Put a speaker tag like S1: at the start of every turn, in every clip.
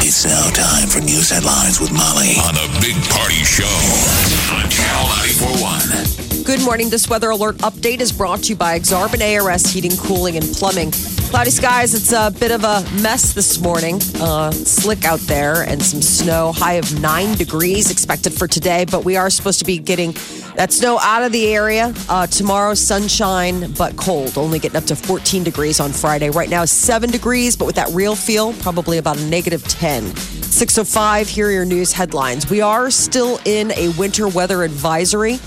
S1: It's now time for news headlines with Molly on the Big Party Show on Channel 941.
S2: Good morning. This weather alert update is brought to you by Exarban ARS Heating, Cooling, and Plumbing. Cloudy skies. It's a bit of a mess this morning. Uh, slick out there and some snow. High of nine degrees expected for today, but we are supposed to be getting that snow out of the area. Uh, tomorrow, sunshine, but cold. Only getting up to 14 degrees on Friday. Right now, seven degrees, but with that real feel, probably about a negative 10. 605, here are your news headlines. We are still in a winter weather advisory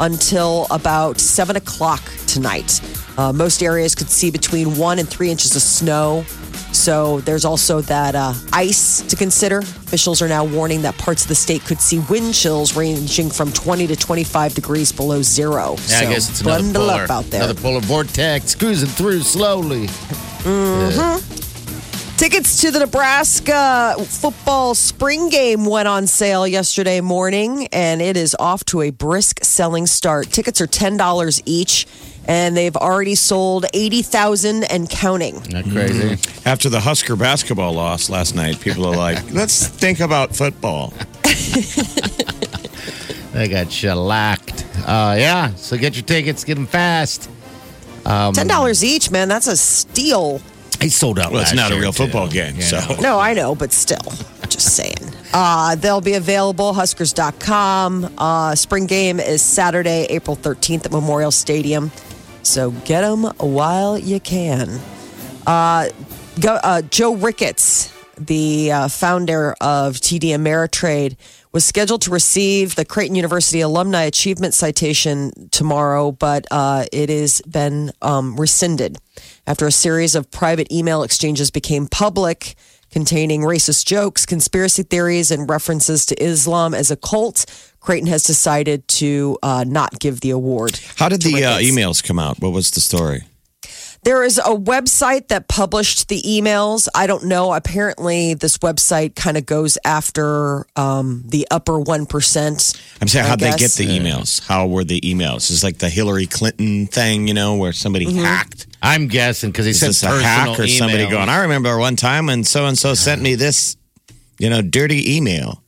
S2: until about 7 o'clock tonight. Uh, most areas could see between 1 and 3 inches of snow. So there's also that uh, ice to consider. Officials are now warning that parts of the state could see wind chills ranging from 20 to 25 degrees below zero.
S3: Yeah,
S2: so
S3: I guess it's another
S2: bundle
S3: polar,
S2: up out there.
S3: another polar vortex Mm-hmm. cruising through slowly.
S2: Tickets to the Nebraska football spring game went on sale yesterday morning, and it is off to a brisk selling start. Tickets are $10 each, and they've already sold 80,000 and counting.
S3: Not crazy.
S4: After the Husker basketball loss last night, people are like, let's think about football.
S3: They got shellacked. Uh, yeah, so get your tickets, get them fast.
S2: $10 each, man, that's a steal.
S3: He sold out.
S4: Well, it's
S3: last
S4: not a
S3: year,
S4: real
S3: too.
S4: football game,
S3: Yeah.
S4: so.
S2: No, I know, but still, just saying. Uh, they'll be available huskers.com. Uh, spring game is Saturday, April 13th at Memorial Stadium. So get them while you can. Go, uh, Joe Ricketts, the uh, founder of TD Ameritrade, was scheduled to receive the Creighton University Alumni Achievement Citation tomorrow, but uh, it has been um, rescinded after a series of private email exchanges became public. Containing racist jokes, conspiracy theories, and references to Islam as a cult, Creighton has decided to uh, not give the award.
S4: How did the uh,
S2: Terrific.
S4: emails come out? What was the story?
S2: There is a website that published the emails. I don't know. Apparently, this website kind of goes after um, the upper 1%.
S4: I'm saying,
S2: I
S4: how'd they get
S2: guess.
S4: the emails? How were the emails? It's like the Hillary Clinton thing, you know, where somebody hacked.
S3: I'm guessing because he
S4: Is
S3: said
S4: this a hack or
S3: personal
S4: somebody
S3: emails.
S4: going, I remember one time when so and so sent me this, you know, dirty email.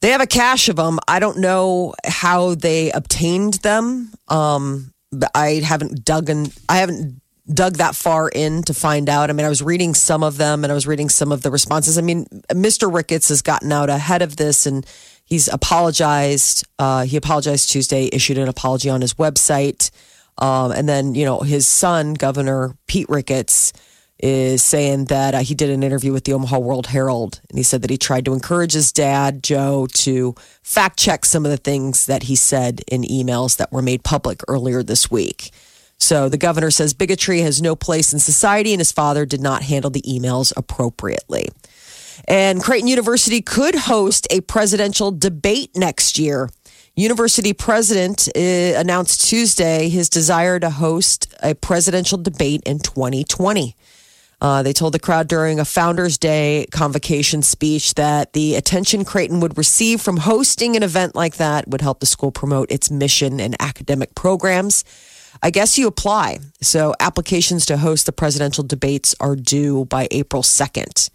S2: They have a cache of them. I don't know how they obtained them. Um, but I haven't dug in. I haven't dug that far in to find out. I mean, I was reading some of them and I was reading some of the responses. I mean, Mr. Ricketts has gotten out ahead of this and he's apologized. Uh, he apologized Tuesday, issued an apology on his website. Um, and then, you know, his son, Governor Pete Ricketts, is saying that uh, he did an interview with the Omaha World Herald, and he said that he tried to encourage his dad, Joe, to fact check some of the things that he said in emails that were made public earlier this week. So the governor says bigotry has no place in society, and his father did not handle the emails appropriately. And Creighton University could host a presidential debate next year. University president uh, announced Tuesday his desire to host a presidential debate in 2020. Uh, they told the crowd during a Founders Day convocation speech that the attention Creighton would receive from hosting an event like that would help the school promote its mission and academic programs. I guess you apply. So applications to host the presidential debates are due by April 2nd.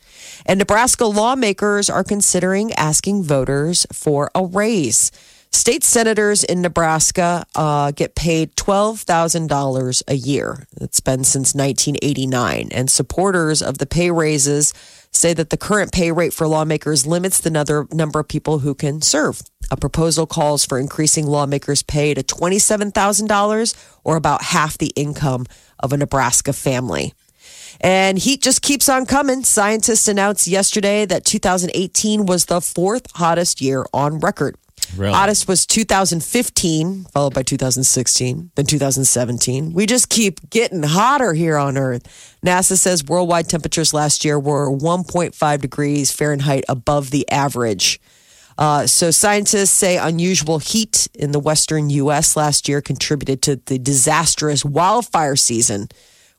S2: And Nebraska lawmakers are considering asking voters for a raise. State senators in Nebraska uh, get paid $12,000 a year. It's been since 1989. And supporters of the pay raises say that the current pay rate for lawmakers limits the nother, number of people who can serve. A proposal calls for increasing lawmakers' pay to $27,000 or about half the income of a Nebraska family. And heat just keeps on coming. Scientists announced yesterday that 2018 was the fourth hottest year on record.
S3: Really?
S2: Hottest was 2015, followed by 2016, then 2017. We just keep getting hotter here on Earth. NASA says worldwide temperatures last year were 1.5 degrees Fahrenheit above the average. Uh, so scientists say unusual heat in the western U.S. last year contributed to the disastrous wildfire season.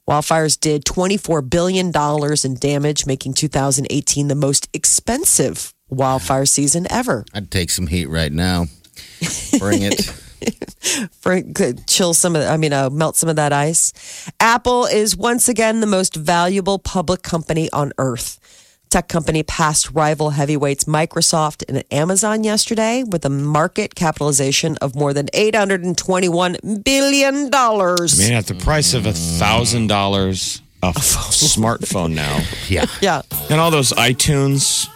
S2: Wildfires did $24 billion in damage, making 2018 the most expensive wildfire season ever.
S3: I'd take some heat right now. Bring it.
S2: for could uh, chill some of the, I mean uh, melt some of that ice. Apple is once again the most valuable public company on earth. Tech company passed rival heavyweights Microsoft and Amazon yesterday with a market capitalization of more than 821 billion dollars.
S4: I mean, at the price of a thousand dollars a smartphone now,
S3: Yeah.
S2: Yeah.
S4: and all those iTunes,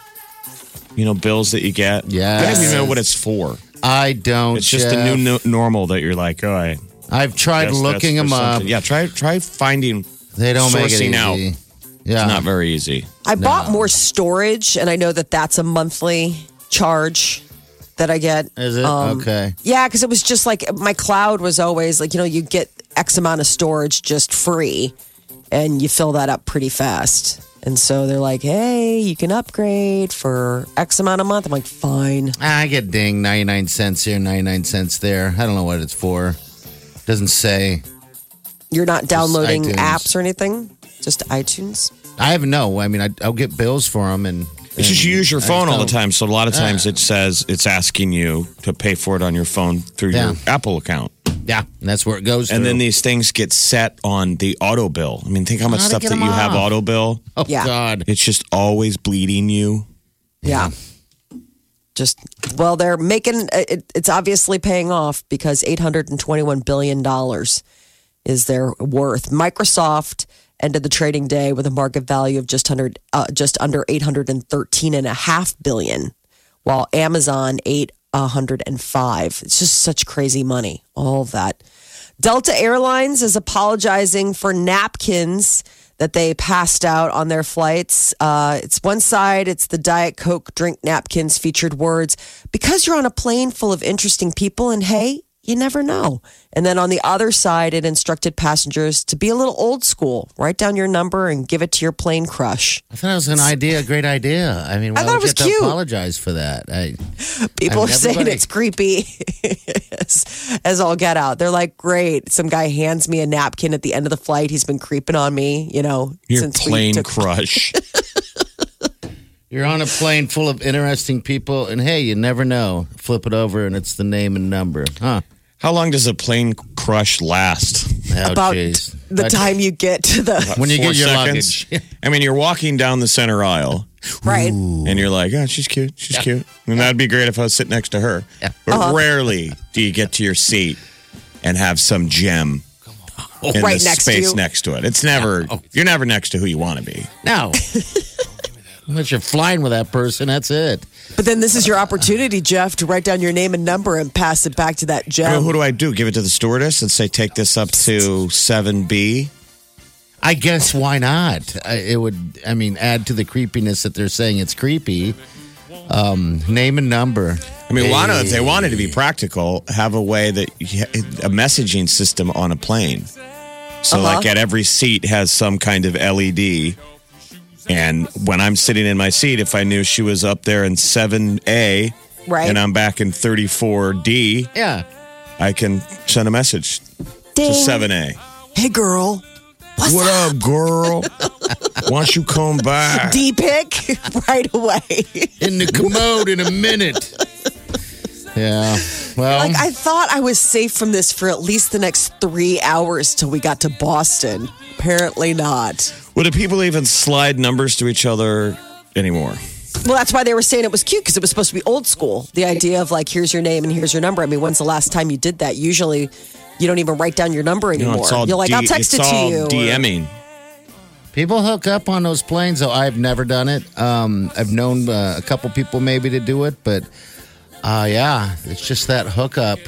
S4: you know, bills that you get. I don't even know
S3: Yes.
S4: what it's for.
S3: I don't.
S4: It's just
S3: Jeff.
S4: the new no- normal that you're like, oh, I
S3: I've tried
S4: guess
S3: looking
S4: that's
S3: them
S4: for
S3: up.
S4: something." Yeah, try try finding.
S3: They don't make it
S4: Sourcing out.
S3: easy. Yeah.
S4: It's not very easy.
S2: I bought more storage and I know that that's a monthly charge that I get. Um,
S3: Is it? Okay.
S2: Yeah, because it was just like my cloud was always like, you know, you get X amount of storage just free and you fill that up pretty fast. And so they're like, hey, you can upgrade for X amount a month. I'm like, fine.
S3: Ah, I get ding 99 cents here, 99 cents there. I don't know what it's for. Doesn't say.
S2: You're not downloading
S3: iTunes.
S2: apps or anything, just iTunes.
S3: I have no. I mean, I, I'll get bills for them and.
S4: It's just you use your
S3: I
S4: phone all the
S3: don't-
S4: time, so a lot of times it says it's asking you to pay for it on your phone through your
S3: Yeah.
S4: Apple account,
S3: Yeah, and that's where it goes.
S4: and then
S3: through.
S4: these things get set on the auto bill. I mean, think how much
S3: How to
S4: stuff
S3: get
S4: that you
S3: 'em
S4: have
S3: off.
S4: auto bill.
S3: Oh
S2: Yeah.
S3: God!
S4: It's just always bleeding you.
S2: Yeah. Just, well, they're making it, it's obviously paying off because $821 billion is their worth. Microsoft ended the trading day with a market value of just, 100, uh, just under $813.5 billion, while Amazon ate 105. It's just such crazy money, all of that. Delta Airlines is apologizing for napkins that they passed out on their flights. Uh, it's one side, it's the Diet Coke drink napkins featured words because you're on a plane full of interesting people, and hey, you never know. And then on the other side, it instructed passengers to be a little old school, write down your number and give it to your plane crush.
S3: I thought it was an idea, a great idea. I mean, why
S2: I thought
S3: would
S2: it was
S3: you have
S2: cute.
S3: to apologize for that? I,
S2: People
S3: I mean,
S2: are saying
S3: everybody-
S2: it's creepy as, as all get out. They're like, great. Some guy hands me a napkin at the end of the flight. He's been creeping on me, you know,
S4: Your
S2: since
S4: plane
S2: we took
S4: crush.
S3: you're on a plane full of interesting people, and hey, you never know. Flip it over, and it's the name and number, huh?
S4: How long does a plane crush last?
S3: Oh,
S2: about
S3: jeez.
S2: the
S3: I-
S2: time you get to the
S3: when you
S4: Four
S3: get your
S4: seconds?
S3: luggage.
S4: I mean, you're walking down the center aisle
S2: right.
S4: and you're like, oh, she's cute. She's cute. And that'd be great if I was sitting next to her.
S3: Yeah. Uh-huh.
S4: But rarely do you get to your seat and have some gem
S3: Oh.
S4: in
S2: Right
S4: the
S2: next to
S4: space
S2: you.
S4: next to it. It's never, you're never next to who you want to be.
S3: No. Unless you're flying with that person, that's it.
S2: But then this is your opportunity, Jeff, to write down your name and number and pass it back to that
S4: I mean,
S2: gem.
S4: who do I do? Give it to the stewardess and say, take this up to 7B?
S3: I guess why not? I, it would, I mean, add to the creepiness that they're saying it's creepy. Um, name and number.
S4: I mean, Lana, if they wanted to be practical, have a way that a messaging system on a plane. So,
S2: Uh-huh.
S4: like at every seat has some kind of LED. And when I'm sitting in my seat, if I knew she was up there in 7A
S2: Right.
S4: and I'm back in 34D,
S3: Yeah.
S4: I can send a message to 7A.
S2: Hey, girl. What's
S4: What up, girl? Why don't you come by?
S2: D pick right away.
S3: In the commode in a minute. Yeah. Well,
S4: Um,
S2: like I thought I was safe from this for at least the next three hours till we got to Boston. Apparently not.
S4: Well, do people even slide numbers to each other anymore?
S2: Well, that's why they were saying it was cute because it was supposed to be old school. The idea of like, here's your name and here's your number. I mean, when's the last time you did that? Usually, you don't even write down your number
S4: You
S2: anymore.
S4: know, it's all
S2: You're like, I'll
S4: D-
S2: text it
S4: it's
S2: to
S4: all
S2: you. or-
S4: DMing.
S3: People hook up on those planes, though. I've never done it. Um, I've known uh, a couple people maybe to do it, but uh, yeah, it's just that hookup.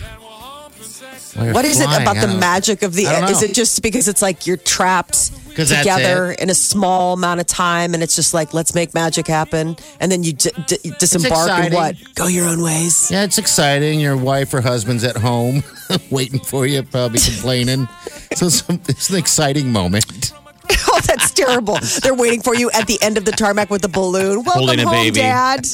S2: What is it about the magic of the?
S3: I don't
S2: Is
S3: know.
S2: it just because it's like you're trapped
S3: 'Cause that's
S2: together
S3: it.
S2: in a small amount of time, and it's just like let's make magic happen. And then you d- d- disembark and
S3: exciting.
S2: what? Go your own ways.
S3: Yeah, it's exciting. Your wife or husband's at home waiting for you, probably complaining. so it's, it's an exciting moment.
S2: oh, that's terrible. They're waiting for you at the end of the tarmac with a balloon. Welcome
S4: Holding a
S2: home,
S4: baby.
S2: Dad.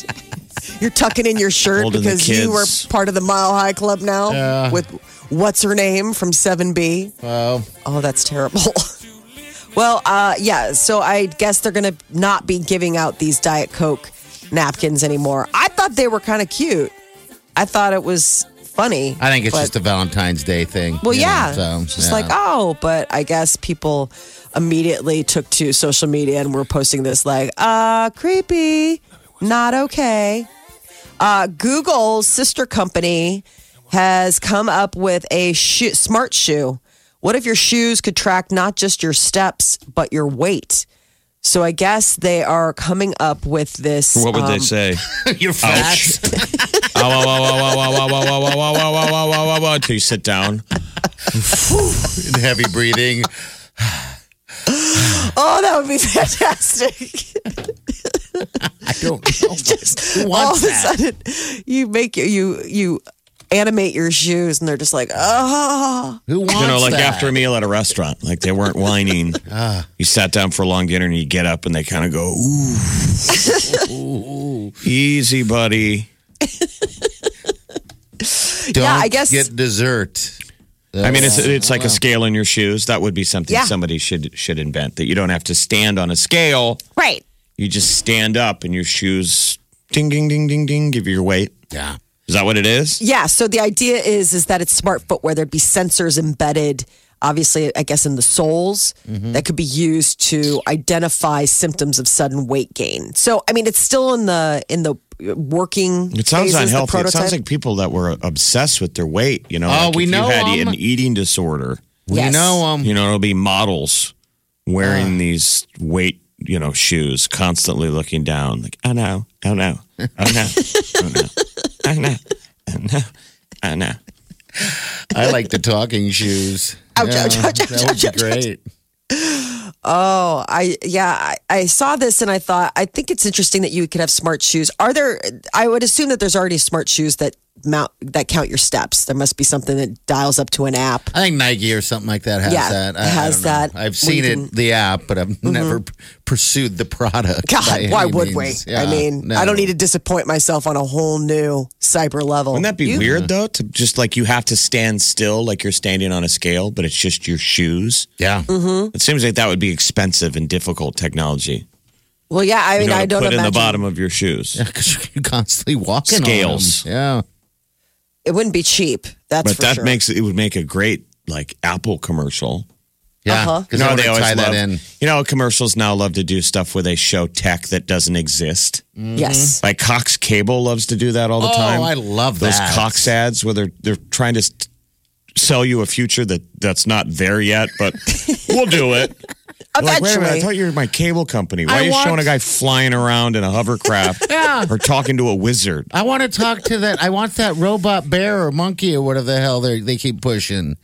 S2: You're tucking in your shirt
S4: Holding the
S2: because you were
S4: kids.
S2: part of the Mile High Club now with what's her name from 7B.
S3: Wow.
S2: Oh, that's terrible. well, uh, yeah. So I guess they're going to not be giving out these Diet Coke napkins anymore. I thought they were kind of cute. I thought it was funny.
S3: I think it's
S2: but-
S3: just a Valentine's Day thing.
S2: Well,
S3: you know,
S2: yeah.
S3: so,
S2: it's just
S3: yeah.
S2: like, oh, but I guess people immediately took to social media and were posting this like, uh, creepy, not okay. Uh, Google's sister company has come up with a shoe, smart shoe. What if your shoes could track not just your steps, but your weight? So I guess they are coming up with this.
S4: What would they
S2: um,
S4: say?
S3: You're fat.
S4: Ouch. Ow, ow, ow, ow, ow, ow, ow, ow, ow, ow, ow, ow, ow, ow, ow, ow, Until you sit down.
S3: and heavy breathing.
S2: Oh, that would be fantastic.
S3: I don't know. Who
S2: all
S3: wants
S2: of a
S3: that?
S2: sudden you make you you animate your shoes and they're just like oh
S3: Who wants
S4: You know, like
S3: that?
S4: after a meal at a restaurant, like they weren't whining. You sat down for a long dinner and you get up and they kind of go, ooh. Easy, buddy.
S3: Don't
S2: Yeah, I guess-
S3: get dessert.
S4: I mean, it's it's like a scale in your shoes. That would be something
S2: Yeah.
S4: somebody should should invent that you don't have to stand on a scale.
S2: right
S4: You just stand up and your shoes ding ding ding ding ding give you your weight.
S3: yeah.
S4: Is that what it is?
S2: yeah so the idea is is that it's smart footwear there'd be sensors embedded obviously i guess in the soles
S4: Mm-hmm.
S2: that could be used to identify symptoms of sudden weight gain so i mean it's still in the in the working
S4: It
S2: phases,
S4: sounds
S2: the
S4: unhealthy. It sounds
S2: prototype.
S4: like people that were obsessed with their weight. You know,
S3: Oh,
S4: like
S3: we
S4: if
S3: know
S4: you had
S3: 'em.
S4: an eating disorder.
S3: We
S2: Yes.
S3: know them.
S4: You know, it'll be models wearing these weight, you know, shoes, constantly looking down. Like, oh no, oh no, oh no, oh no, oh no, oh no, oh no.
S3: I like the talking shoes.
S2: Ouch, ouch, ouch, ouch,
S3: that would
S2: ouch,
S3: be
S2: ouch,
S3: great.
S2: Oh, I yeah, I, I saw this and I thought I think it's interesting that you could have smart shoes. Are there? I would assume that there's already smart shoes that mount that count your steps. There must be something that dials up to an app.
S3: I think Nike or something like that has
S2: Yeah,
S3: that. I,
S2: it
S3: I
S2: has
S3: don't know.
S2: that.
S3: I've seen
S2: We Mm-hmm.
S3: it, the app, but I've never p- pursued the product. by
S2: God, why
S3: any
S2: would
S3: means.
S2: we?
S3: Yeah,
S2: I mean, I
S3: no.
S2: don't need to disappoint myself on a whole new cyber level.
S4: Wouldn't that be
S2: You-
S4: weird though? To just like you have to stand still, like you're standing on a scale, but it's just your shoes.
S3: Yeah.
S2: Mm-hmm.
S4: It seems like that would be expensive and difficult technology.
S2: Well, yeah, I
S4: You
S2: mean,
S4: know,
S2: I
S4: to
S2: don't
S4: put
S2: imagine
S4: in the bottom of your shoes.
S3: Because you're constantly walking on 'em.
S4: Scales.
S3: Yeah.
S2: it wouldn't be cheap. That's
S4: but
S2: for
S4: that
S2: sure.
S4: makes it would make a great like Apple commercial.
S3: Yeah.
S2: Uh-huh.
S3: 'Cause
S4: No,
S3: they, always tie
S4: love,
S3: that in.
S4: You know, commercials now love to do stuff where they show tech that doesn't exist.
S2: yes.
S4: Like Cox Cable loves to do that all the
S3: Mm. Oh,
S4: time.
S3: I love
S4: those
S3: that.
S4: Cox ads where they're they're trying to s- sell you a future that that's not there yet, but we'll do it. You're Mm. Like, wait a minute, I
S2: Eventually.
S4: thought you were my cable company. Why
S3: I
S4: are you
S3: want-
S4: showing a guy flying around in a hovercraft
S3: Yeah.
S4: or talking to a wizard?
S3: I want to talk to that. I want that robot bear or monkey or whatever the hell they they keep pushing.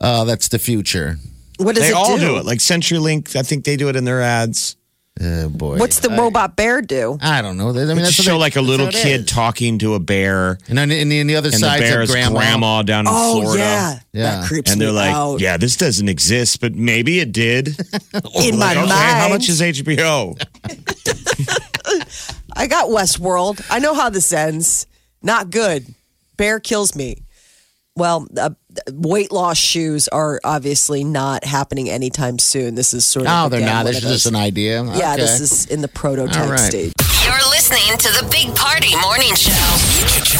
S3: Uh, that's the future.
S2: what does
S4: they
S2: it
S4: all
S2: do?
S4: do it. Like CenturyLink, I think they do it in their ads.
S3: Oh boy.
S2: What's the robot bear do?
S3: I don't know. I mean,
S4: They
S3: that's what
S4: show
S3: they-
S4: like a
S3: that's
S4: little
S3: how it
S4: kid
S3: is.
S4: talking to a bear.
S3: and then and the, and the other
S4: and the
S3: side's
S4: bear's
S3: of grandma.
S4: grandma, down in
S2: Oh
S4: Florida.
S2: yeah,
S3: Yeah.
S2: that creeps
S4: And they're
S2: me
S4: like,
S2: out.
S4: yeah, this doesn't exist, but maybe it did.
S2: in my
S4: Like, okay,
S2: mind.
S4: how much is HBO?
S2: I got Westworld. I know how this ends. Not good. Bear kills me. Well, uh, weight loss shoes are obviously not happening anytime soon. This is sort of
S3: No, Oh, they're
S2: again,
S3: not.
S2: one
S3: This
S2: of
S3: is just
S2: those-
S3: an idea.
S2: yeah.
S3: Okay.
S2: This is in the prototype
S3: All right.
S2: stage.
S5: You're listening to the Big Party Morning Show.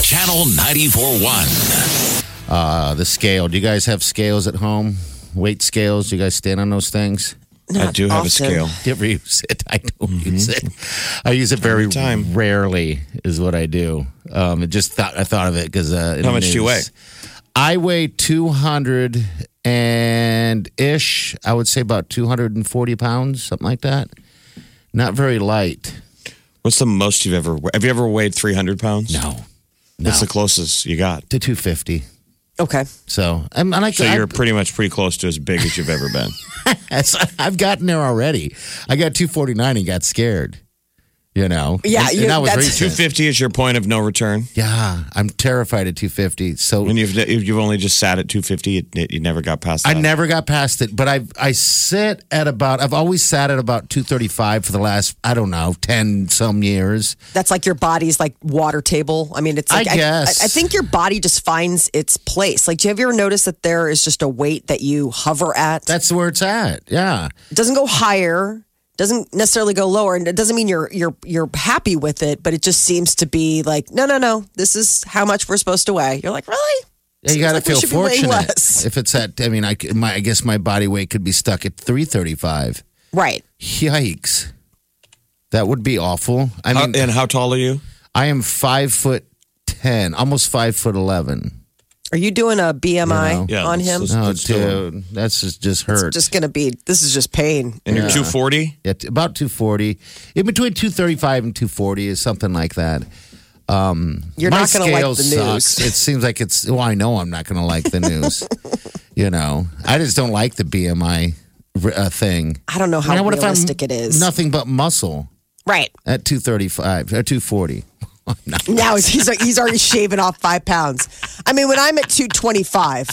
S1: Channel 94.1.
S3: uh, the scale. Do you guys have scales at home? Weight scales? Do you guys stand on those things?
S4: I do have a scale.
S3: Do you ever use it? I don't
S4: Mm-hmm.
S3: use it. I use it very
S4: time.
S3: rarely, is what I do. Um, it just thought I thought of it because uh, in
S4: How
S3: the
S4: much do you
S3: news. I weigh two hundred and ish. I would say about two hundred and forty pounds, something like that. Not very light.
S4: What's the most you've ever? Have you ever weighed three hundred pounds?
S3: No,
S4: That's the closest you got.
S3: to two fifty.
S2: Okay.
S3: So, I'm, and I,
S4: So
S3: I-
S4: you're pretty much pretty close to as big as you've ever been.
S3: I've gotten there already. I got 249 and got scared. You know?
S2: Yeah,
S3: And,
S2: you-
S3: and that was
S2: that's-
S3: recent.
S4: 250 is your point of no return.
S3: Yeah, I'm terrified at 250. So
S4: And you've you've only just sat at 250. It, it, you never got past.
S3: I
S4: that.
S3: never got past it, but I I sit at about I've always sat at about 235 for the last I don't know, 10 some years.
S2: That's like your body's like water table. I mean, it's
S3: I
S2: like
S3: guess.
S2: I, I think your body just finds its place. Like, do you have you ever noticed that there is just a weight that you hover at?
S3: That's where it's at. Yeah.
S2: it doesn't go higher, doesn't necessarily go lower, and it doesn't mean you're you're you're happy with it, but it just seems to be like, no, no, no, this is how much we're supposed to weigh. You're like, really?
S3: Yeah, you
S2: Seems
S3: got to
S2: like we
S3: feel
S2: should be weighing
S3: fortunate
S2: less.
S3: if it's at I mean I c- my I guess my body weight could be stuck at 335.
S2: Right.
S3: Yikes. That would be awful. I
S4: How-
S3: mean
S4: Uh, and how tall are you?
S3: I am 5 foot 10, almost 5 foot 11.
S2: Are you doing a BMI
S4: You know, yeah,
S2: on
S4: this
S2: him?
S4: is-
S3: Oh,
S4: That's still-
S3: dude, that's just, just hurt.
S2: It's just gonna be. This is just pain.
S4: And you're 240.
S3: Yeah, t- about 240. In between 235 and 240 is something like that. Um,
S2: You're
S3: My
S2: not gonna like
S3: scale
S2: the news.
S3: sucks. It seems like it's, well, I know I'm not going to like the news. you know, I just don't like the BMI r- uh, thing.
S2: I don't know how
S3: I mean, what if I'm
S2: realistic it is.
S3: Nothing but muscle
S2: Right.
S3: at uh, 235 or 240. I'm not-
S2: Now he's he's, he's already shaving off five pounds. I mean, when I'm at 225,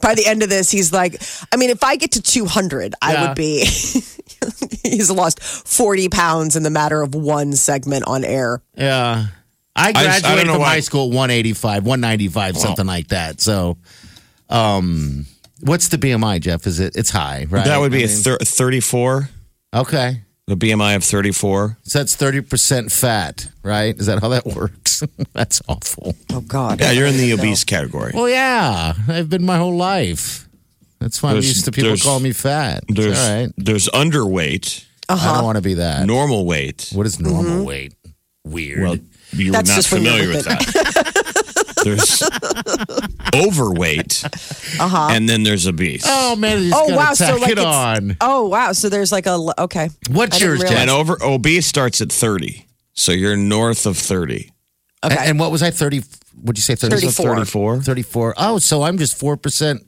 S2: by the end of this, he's like, I mean, if I get to 200, I
S3: Yeah.
S2: would be. he's lost 40 pounds in the matter of one segment on air.
S3: yeah. I
S4: I
S3: graduated
S4: just- I don't know
S3: from
S4: why-
S3: high school at 185, 195, something like that. So, um, what's the BMI, Jeff? Is it, it's high, right?
S4: That would be
S3: I
S4: a
S3: mean-
S4: thir- 34.
S3: okay.
S4: The BMI of 34.
S3: So that's thirty percent fat, right? Is that how that works? that's awful.
S2: Oh, God.
S4: Yeah, you're in the obese category.
S3: Well, yeah, I've been my whole life. That's why I'm
S4: There's-
S3: used to people
S4: there's-
S3: call me fat. It's
S4: There's
S3: all right.
S4: there's underweight,
S3: I
S2: Uh-huh.
S3: don't want to be that.
S4: normal weight.
S3: what is
S2: Mm-hmm.
S3: normal weight? Weird.
S4: Well, you're
S2: That's
S4: not
S2: just when you're
S4: familiar with
S2: with
S4: that. there's overweight, uh-huh. and then there's obese.
S3: oh man, you just
S2: Oh,
S3: gotta
S2: wow. So,
S3: tack
S2: like,
S3: it
S2: it's-
S3: on. Oh,
S2: Oh, wow. So there's like a. l- Okay.
S3: What's
S2: I didn't
S3: yours,
S2: realize-
S4: And over obese starts at 30. So you're north of 30.
S3: A-
S2: Okay.
S3: And, what was I? Thirty? Would you say thirty?
S2: 34.
S4: 34.
S3: Thirty-four. Oh, so I'm just four percent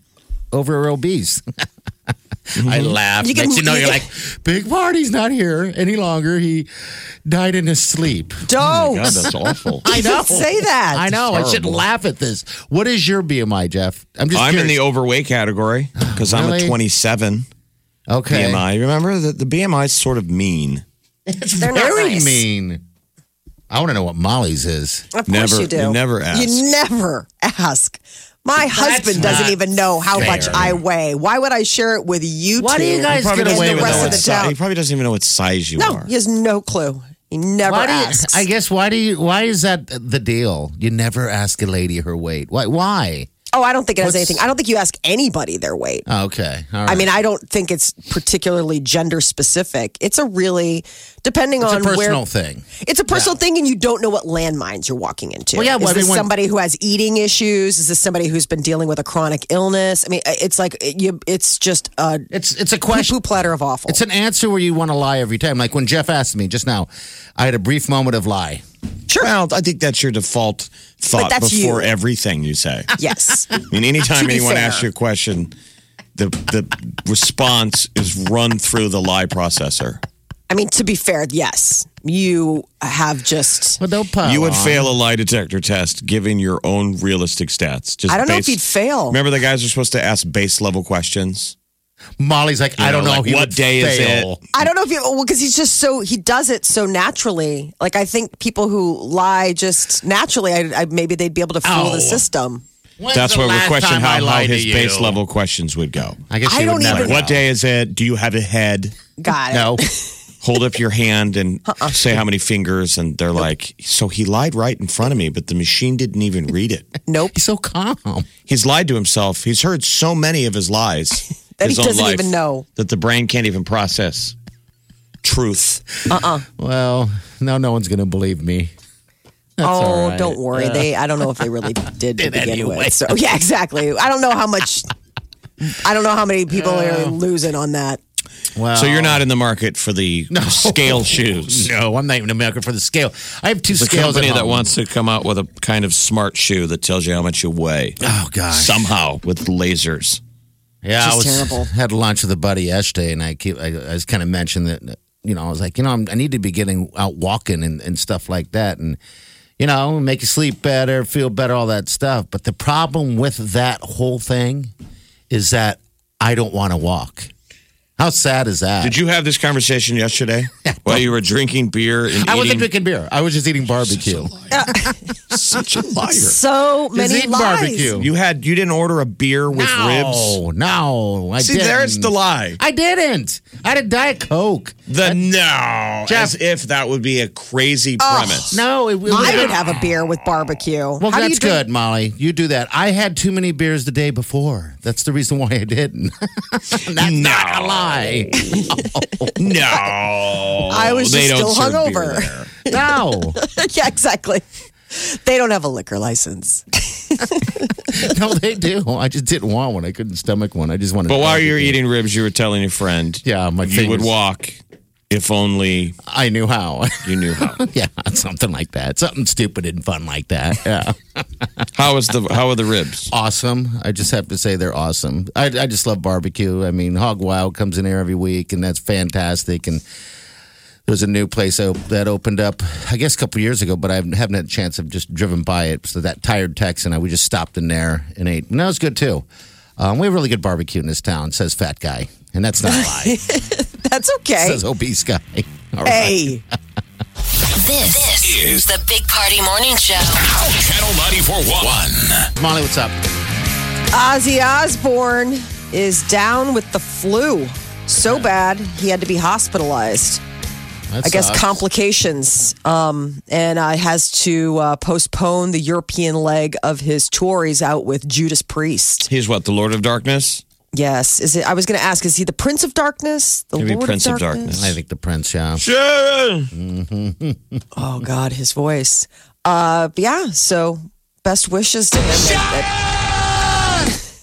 S3: over obese. I
S4: Mm-hmm.
S3: laugh.
S2: You
S3: You,
S2: can-
S3: you know,
S2: you
S3: you are
S2: can-
S3: like, big party's not here any longer. He died in his sleep. Oh
S2: Don't.
S4: God, that's awful.
S3: I know.
S2: say that.
S3: I know. I should laugh at this. What is your BMI, Jeff? I'm just.
S4: I'm in the
S3: curious.
S4: overweight category because I'm a
S3: Really?
S4: 27
S3: okay.
S4: BMI. Remember that the BMI is sort of mean.
S3: It's
S2: They're not
S3: very
S2: nice.
S3: mean. I want to know what Molly's is.
S2: Of course
S4: Never-
S2: you do.
S4: you never ask.
S2: You never ask. My husband
S3: not
S2: doesn't even know how
S3: fair.
S2: much I weigh. Why would I share it with you?
S3: Why
S2: two
S3: do you guys
S2: and
S3: get
S2: the
S3: away with
S2: rest
S3: that
S2: of the
S3: one?
S4: si-
S2: town?
S4: he probably doesn't even know what size you
S2: No,
S4: are.
S2: he has no clue. He never
S3: Why do you,
S2: asks.
S3: I guess why do you why is that the deal? You never ask a lady her weight. Why? Why?
S2: oh, I don't think it has
S3: What's-
S2: anything. I don't think you ask anybody their weight.
S3: Oh, okay. All right.
S2: I mean, I don't think it's particularly gender specific. It's a really depending
S3: it's a
S2: on
S3: personal
S2: where
S3: thing.
S2: it's a personal thing, and you don't know what landmines you're walking into.
S3: Well, yeah,
S2: is
S3: well, I
S2: this
S3: mean, when-
S2: somebody who has eating issues? Is this somebody who's been dealing with a chronic illness? I mean, it's like it, you, it's just a
S3: It's it's a
S2: poo
S3: question.
S2: poo platter of awful.
S3: It's an answer where you want to lie every time. Like when Jeff asked me just now, I had a brief moment of lie.
S4: Well, I think that's your default thought
S2: that's
S4: before
S2: you.
S4: everything you say.
S2: yes.
S4: I mean, anytime
S2: be
S4: anyone
S2: fair.
S4: asks you a question, the the response is run through the lie processor.
S2: I mean, to be fair, yes, you have just.
S3: But don't pile
S4: you would
S3: on.
S4: fail a lie detector test given your own realistic stats. Just
S2: I don't know if
S4: base-
S2: you'd fail.
S4: Remember, the guys are supposed to ask base level questions.
S3: Molly's like, I
S4: You
S3: don't know,
S4: like,
S3: he
S4: what
S3: would
S4: day
S3: fail.
S4: is it.
S2: I don't know if you well because he's just so he does it so naturally. Like I think people who lie just naturally, I, I maybe they'd be able to fool the
S3: Ow.
S2: system.
S3: When's
S4: That's
S3: the
S4: where we
S3: last
S4: question
S3: time I
S4: how, how
S3: lied to
S4: his
S3: you?
S4: base level questions would go.
S3: I guess
S2: I
S3: you
S2: don't
S3: would never
S2: even-
S3: know.
S4: What day is it? Do you have a head?
S2: Got it.
S3: No.
S4: Hold up your hand and
S2: Uh-uh.
S4: say how many fingers. And they're like, so he lied right in front of me, but the machine didn't even read it.
S2: Nope.
S3: He's so calm.
S4: He's lied to himself. He's heard so many of his lies.
S2: That he
S4: his own
S2: doesn't
S4: life,
S2: even know.
S4: That the brain can't even process truth.
S3: Well, no, no one's going to believe me.
S2: oh,
S3: all right.
S2: don't worry. They I don't know if they really did, to begin
S3: anyway.
S2: with. So yeah, exactly. I don't know how much. I don't know how many people are losing on that.
S3: Well-
S4: so you're not in the market for the scale shoes.
S3: No, I'm not even a market for the scale. I have two
S4: The
S3: scales.
S4: company
S3: at
S4: that
S3: home.
S4: wants to come out with a kind of smart shoe that tells you how much you weigh.
S3: Oh gosh.
S4: Somehow with lasers.
S3: Yeah, I
S2: Which
S3: was
S2: is terrible.
S3: Had lunch with a buddy yesterday, and I keep I, I was kind of mentioned that you know I was like you know I'm, I need to be getting out walking and, and stuff like that, and you know make you sleep better, feel better, all that stuff. But the problem with that whole thing is that I don't want to walk. How sad is that?
S4: Did you have this conversation yesterday while you were drinking beer and
S3: I wasn't
S4: eating?
S3: drinking beer. I was just eating barbecue.
S4: Such a liar.
S2: So
S3: Just
S2: many
S3: eating
S2: lies.
S3: barbecue.
S4: You had you didn't order a beer with ribs.
S3: no, no, I
S4: See,
S3: didn't.
S4: there's the lie.
S3: I didn't. I had a diet coke.
S4: The no,
S3: Jeff-
S4: as if that would be a crazy premise.
S3: No, it,
S2: I
S3: it would've
S2: would
S3: been-
S2: have a beer with barbecue.
S3: Well,
S2: How do
S3: that's
S2: you drink-
S3: good, Molly. You do that. I had too many beers the day before. That's the reason why I didn't. that's not a lie.
S4: no.
S2: I was
S4: They
S2: just
S4: don't
S2: still
S4: serve
S2: hungover.
S4: beer there.
S3: No,
S2: yeah, exactly. They don't have a liquor license.
S3: no, they do. I just didn't want one. I couldn't stomach one. I just wanted.
S4: But while
S3: barbecue.
S4: you were eating ribs, you were telling your friend,
S3: Yeah, my
S4: you
S3: fingers.
S4: would walk if only
S3: I knew how.
S4: you knew how."
S3: yeah, something like that. Something stupid and fun like that. Yeah,
S4: How is the how are the ribs?
S3: awesome. I just have to say they're awesome. I, I just love barbecue. I mean, Hog Wild comes in here every week, and that's fantastic. And there's a new place op- that opened up, I guess, a couple years ago, but I haven't haven't had a chance. I've just driven by it. So that tired Texan, I, we just stopped in there and ate. And that was good too. Um, we have really good barbecue in this town, says fat guy. And that's not a lie,
S2: That's okay.
S3: says obese guy. All right.
S2: Hey.
S5: This, this is the Big Party Morning Show.
S1: Channel 941.
S3: Molly, what's up?
S2: Ozzy Osbourne is down with the flu. So bad, he had to be hospitalized.
S3: That
S2: I guess
S3: sucks.
S2: complications. Um, and uh, has to uh, postpone the European leg of his tour. He's out with Judas Priest.
S4: He's what the Lord of Darkness.
S2: Yes. Is it? I was going to ask, is he the Prince of Darkness? The
S4: Maybe
S2: Lord
S4: Prince of
S3: I think the prince, yeah.
S4: Sharon.
S2: Oh, God, his voice. Uh, yeah. So best wishes to him.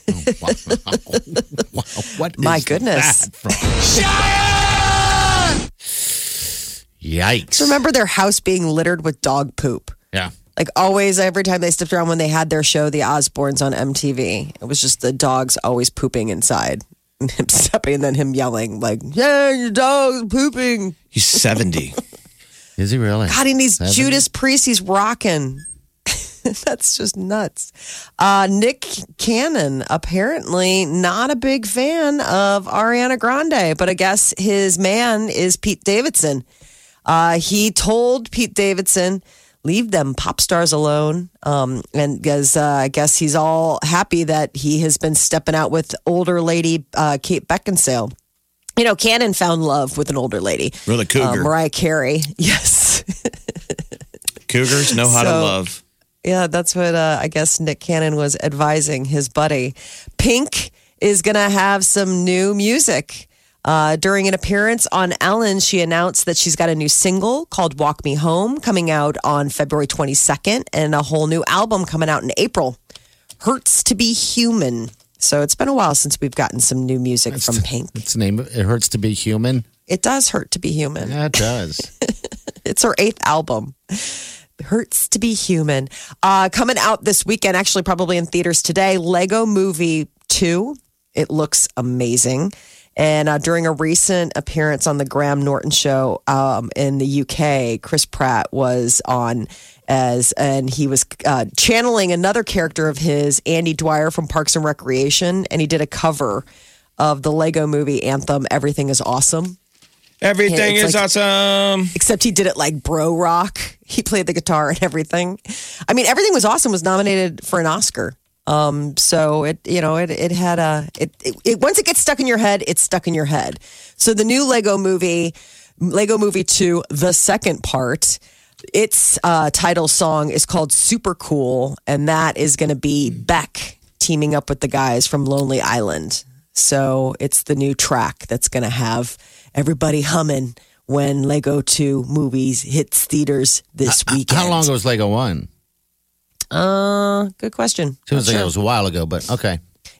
S3: Wow, what
S2: My
S3: is
S2: goodness.
S3: that from? Yikes.
S2: Just remember their house being littered with dog poop.
S3: Yeah.
S2: Like always, every time they stepped around when they had their show, the Osbournes on MTV, it was just the dogs always pooping inside. And him stepping and then him yelling, like, yeah, your dog's pooping.
S4: He's seventy.
S3: Is he really?
S2: God, in these
S3: Seven?
S2: Judas Priest, he's rocking. That's just nuts. Uh, Nick Cannon, apparently not a big fan of Ariana Grande, but I guess his man is Pete Davidson. Uh, he told Pete Davidson, leave them pop stars alone. Um, and because uh, I guess he's all happy that he has been stepping out with older lady uh, Kate Beckinsale. You know, Cannon found love with an older lady.
S4: Really, cougar.
S2: Uh, Mariah Carey. Yes.
S4: Cougars know how to
S2: So-
S4: love.
S2: Yeah, that's what uh, I guess Nick Cannon was advising his buddy. Pink is going to have some new music. Uh, during an appearance on Ellen, she announced that she's got a new single called Walk Me Home coming out on February 22nd and a whole new album coming out in April. Hurts to be human. So it's been a while since we've gotten some new music from Pink.
S3: What's the name? of It hurts to be human.
S2: It does hurt to be human.
S3: Yeah, it does.
S2: It's her eighth album. Hurts to be human. Uh, coming out this weekend, actually, probably in theaters today. Lego Movie 2. It looks amazing. And uh, during a recent appearance on the Graham Norton show um, in the UK, Chris Pratt was on as, and he was uh, channeling another character of his, Andy Dwyer from Parks and Recreation, and he did a cover of the Lego Movie anthem, Everything is Awesome
S4: Everything
S2: it's
S4: is
S2: like-
S4: awesome.
S2: except he did it like bro rock. He played the guitar and everything. I mean, everything was awesome. Was nominated for an Oscar. Um, so it you know it it had a it, it, it once it gets stuck in your head, it's stuck in your head. So the new Lego movie, Lego Movie Two, the second part. Its uh, title song is called Super Cool, and that is going to be Beck teaming up with the guys from Lonely Island. So it's the new track that's going to have everybody humming when Lego 2 movies hits theaters this weekend.
S3: How long ago was Lego One?
S2: Uh, good question. Not
S3: Seems like it
S2: sure.
S3: was a while ago, but okay.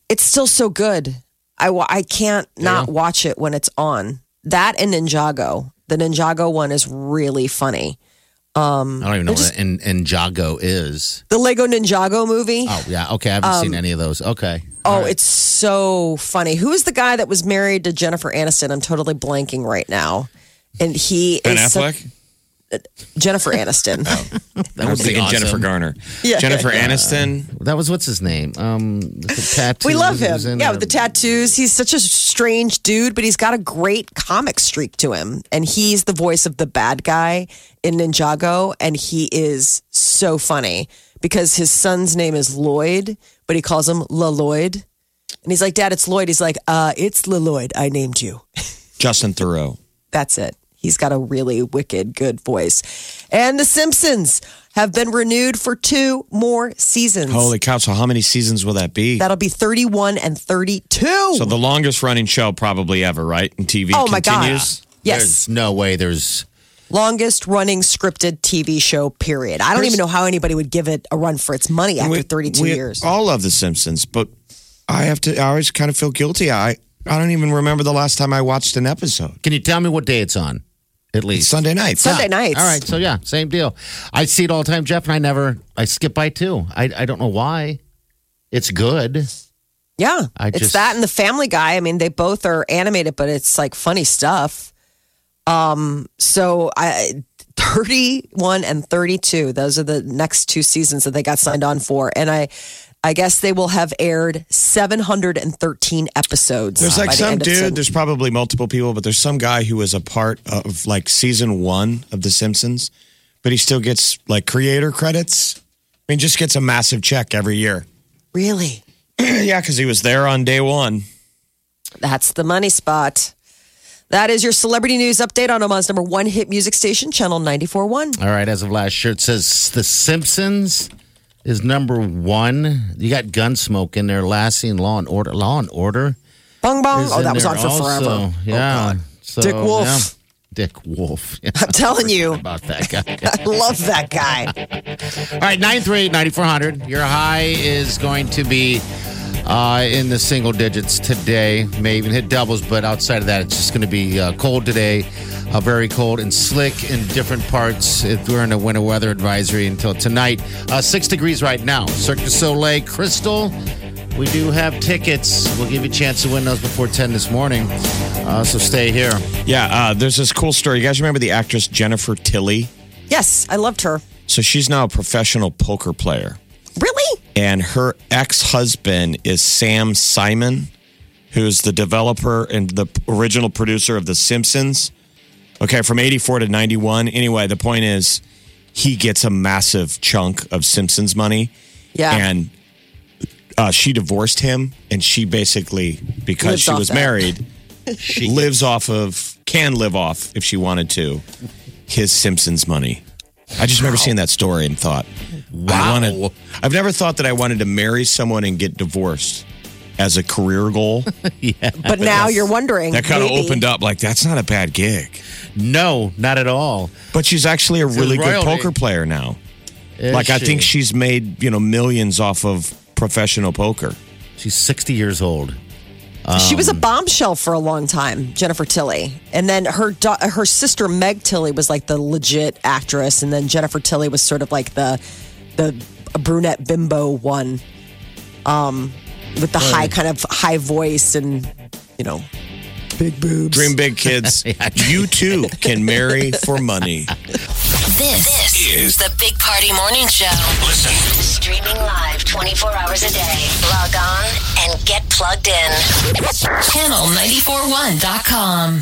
S2: It's still so good. I, wa- I can't not
S3: Yeah.
S2: watch it when it's on. that and Ninjago. The Ninjago one is really funny.
S3: I don't even know what an an Ninjago is.
S2: The Lego Ninjago movie. Oh,
S3: Oh, yeah. Okay. I haven't seen any of those. Okay.
S2: it's so funny. Who is the guy that was married to Jennifer Aniston? I'm totally blanking right now. And he
S4: Ben
S2: is such-
S4: Affleck? Oh.
S2: Jennifer Aniston.
S3: That
S4: I'm
S3: would be
S4: thinking
S3: awesome.
S4: Jennifer Garner.
S2: Yeah.
S4: Jennifer Aniston.
S3: That was what's his name? Um, the tattoo.
S2: We love him.
S3: was in um,
S2: Yeah,
S3: a-
S2: with the tattoos. He's such a strange dude, but he's got a great comic streak to him. And he's the voice of the bad guy in Ninjago. And he is so funny because his son's name is Lloyd, but he calls him La Lloyd. And he's like, Dad, it's Lloyd. He's like, uh, it's La Lloyd. I named you.
S4: Justin Thoreau.
S2: That's it. He's got a really wicked good voice. And The Simpsons have been renewed for two more seasons.
S4: Holy cow. So, how many seasons will that be?
S2: That'll be 31 and 32.
S4: so, the longest running show probably ever, right? In TV
S2: Oh my
S4: continues.
S2: god! Yes,
S3: There's no way there's.
S2: longest running scripted TV show period. I don't even know how anybody would give it a run for its money after
S4: We-
S2: 32
S4: we
S2: years.
S4: All of The Simpsons, but I have to, I always kind of feel guilty. I, I don't even remember the last time I watched an episode.
S3: Can you tell me what day it's on? At
S4: It's
S3: least.
S4: Sunday night.
S2: Sunday nights.
S3: All right. So, yeah, same deal. I see it all the time, Jeff, and I never. I skip by two. I, I don't know why. It's good.
S2: Yeah.
S3: I
S2: it's
S3: just-
S2: that and the Family Guy. I mean, they both are animated, but it's like funny stuff. Um, so I 31 and 32, those are the next two seasons that they got signed on for. And I I guess they will have aired 713 episodes.
S4: There's
S2: Ah, by
S4: like
S2: the
S4: some
S2: end of
S4: dude,
S2: season-
S4: there's probably multiple people, but there's some guy who was a part of like season one of The Simpsons, but he still gets like creator credits. I mean, just gets a massive check every year.
S2: Really?
S4: yeah, because he was there on day one.
S2: That's the money spot. That is your celebrity news update on Oman's number one hit music station, Channel 94.1.
S3: All right. As of last year, it says The Simpsons is number one. You got Gunsmoke in there, Lassie, and Law and Order. Law and Order.
S2: Bong bong.
S3: is
S2: Oh,
S3: in
S2: that was
S3: there
S2: on for
S3: also.
S2: forever. Oh,
S3: Yeah. So,
S2: Dick Wolf.
S3: yeah. Dick Wolf. Yeah,
S2: I'm telling you,
S3: about that guy.
S2: I love that guy.
S3: All right, 938 9400. Your high is going to be uh, in the single digits today, may even hit doubles, but outside of that, it's just going to be uh, cold today, uh, very cold and slick in different parts. If we're in a winter weather advisory until tonight, uh, six degrees right now. Cirque du Soleil, Crystal. We do have tickets. We'll give you a chance to win those before 10 this morning. Uh, so stay here.
S4: Yeah, uh, there's this cool story. You guys remember the actress Jennifer Tilly?
S2: Yes, I loved her.
S4: So she's now a professional poker player.
S2: Really?
S4: and her ex-husband is Sam Simon, who's the developer and the original producer of The Simpsons. Okay, from 84 to 91. Anyway, the point is he gets a massive chunk of Simpsons money
S2: Yeah.
S4: and uh, she divorced him and she basically because
S2: Lives
S4: she
S2: off
S4: was
S2: that.
S4: married she lives off of can live off if she wanted to his simpsons money i just remember seeing that story and thought wow wanted, i've never thought that i wanted to marry someone and get divorced as a career goal
S2: but now you're wondering.
S4: that kind of
S2: maybe.
S4: opened up like that's not a bad gig
S3: No, not at all.
S4: but she's actually a really good
S3: royalty.
S4: poker player now
S3: Is
S4: like i
S3: she?
S4: think she's made you know millions off of professional poker
S3: she's 60 years old.
S2: She
S4: Um,
S2: was a bombshell for a long time, Jennifer Tilly, and then her da- her sister Meg Tilly was like the legit actress, and then Jennifer Tilly was sort of like the the brunette bimbo one, um, with the high kind of high voice and you know big boobs.
S4: Dream big, kids. you too can marry for money.
S5: This, is the Big Party Morning Show. Listen. Streaming live 24 hours a day. Log on and get plugged in. Channel941.com.